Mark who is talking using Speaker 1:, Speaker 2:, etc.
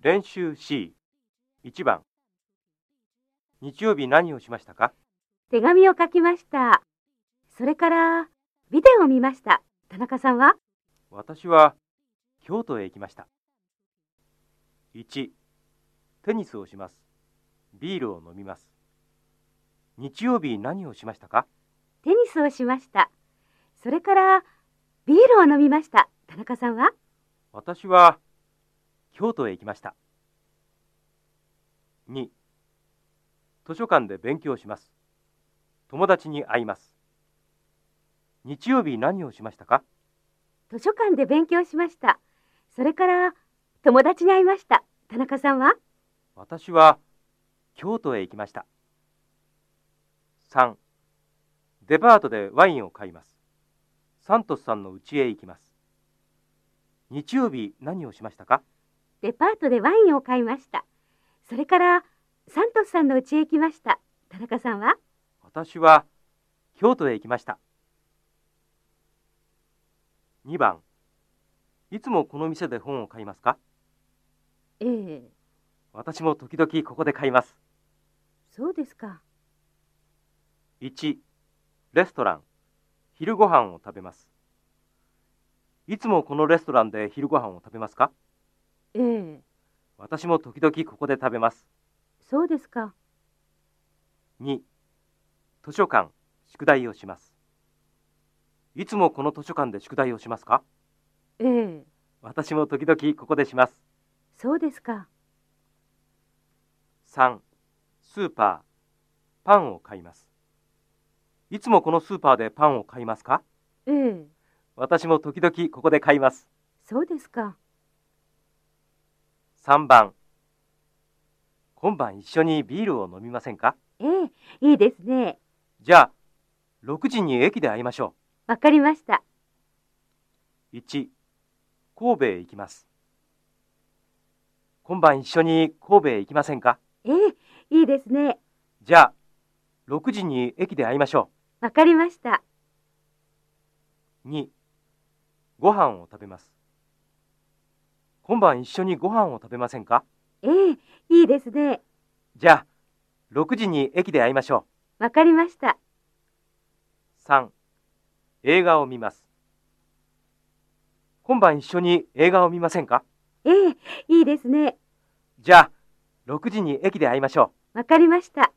Speaker 1: 練習 C 1番日曜日何をしましたか
Speaker 2: 手紙を書きました。それから、ビデオを見ました。田中さんは
Speaker 1: 私は京都へ行きました1テニスをしますビールを飲みます日曜日何をしましたか
Speaker 2: テニスをしました。それから、ビールを飲みました。田中さんは
Speaker 1: 私は京都へ行きました2図書館で勉強します友達に会います日曜日何をしましたか
Speaker 2: 図書館で勉強しました。それから、友達に会いました。田中さんは
Speaker 1: 私は京都へ行きました3デパートでワインを買いますサントスさんの家へ行きます日曜日何をしましたか
Speaker 2: デパートでワインを買いました。それから、サントスさんの家へ行きました。田中さんは
Speaker 1: 私は京都へ行きました2番いつもこの店で本を買いますか
Speaker 2: ええ、
Speaker 1: 私も時々ここで買います
Speaker 2: そうですか。
Speaker 1: 1レストラン昼ご飯を食べますいつもこのレストランで昼ご飯を食べますか
Speaker 2: ええ、
Speaker 1: 私も時々ここで食べます
Speaker 2: そうですか。
Speaker 1: 2図書館宿題をしますいつもこの図書館で宿題をしますか
Speaker 2: ええ、
Speaker 1: 私も時々ここでします
Speaker 2: そうですか。
Speaker 1: 3スーパーパンを買いますいつもこのスーパーでパンを買いますか
Speaker 2: ええ、
Speaker 1: 私も時々ここで買います
Speaker 2: そうですか。
Speaker 1: 3番今晩一緒にビールを飲みませんか
Speaker 2: ええ、いいですね。
Speaker 1: じゃあ6時に駅で会いましょ
Speaker 2: わかりました。
Speaker 1: う1神戸へ行きます今晩一緒に神戸へ行きませんか
Speaker 2: ええ、いいですね。
Speaker 1: じゃあ6時に駅で会いましょ
Speaker 2: わかりました。
Speaker 1: う2ご飯を食べます今晩一緒にご飯を食べませんか
Speaker 2: ええ、いいですね。
Speaker 1: じゃあ6時に駅で会いましょ
Speaker 2: わかりました。
Speaker 1: う3映画を見ます今晩一緒に映画を見ませんか
Speaker 2: ええ、いいですね。
Speaker 1: じゃあ6時に駅で会いましょう
Speaker 2: わかりました。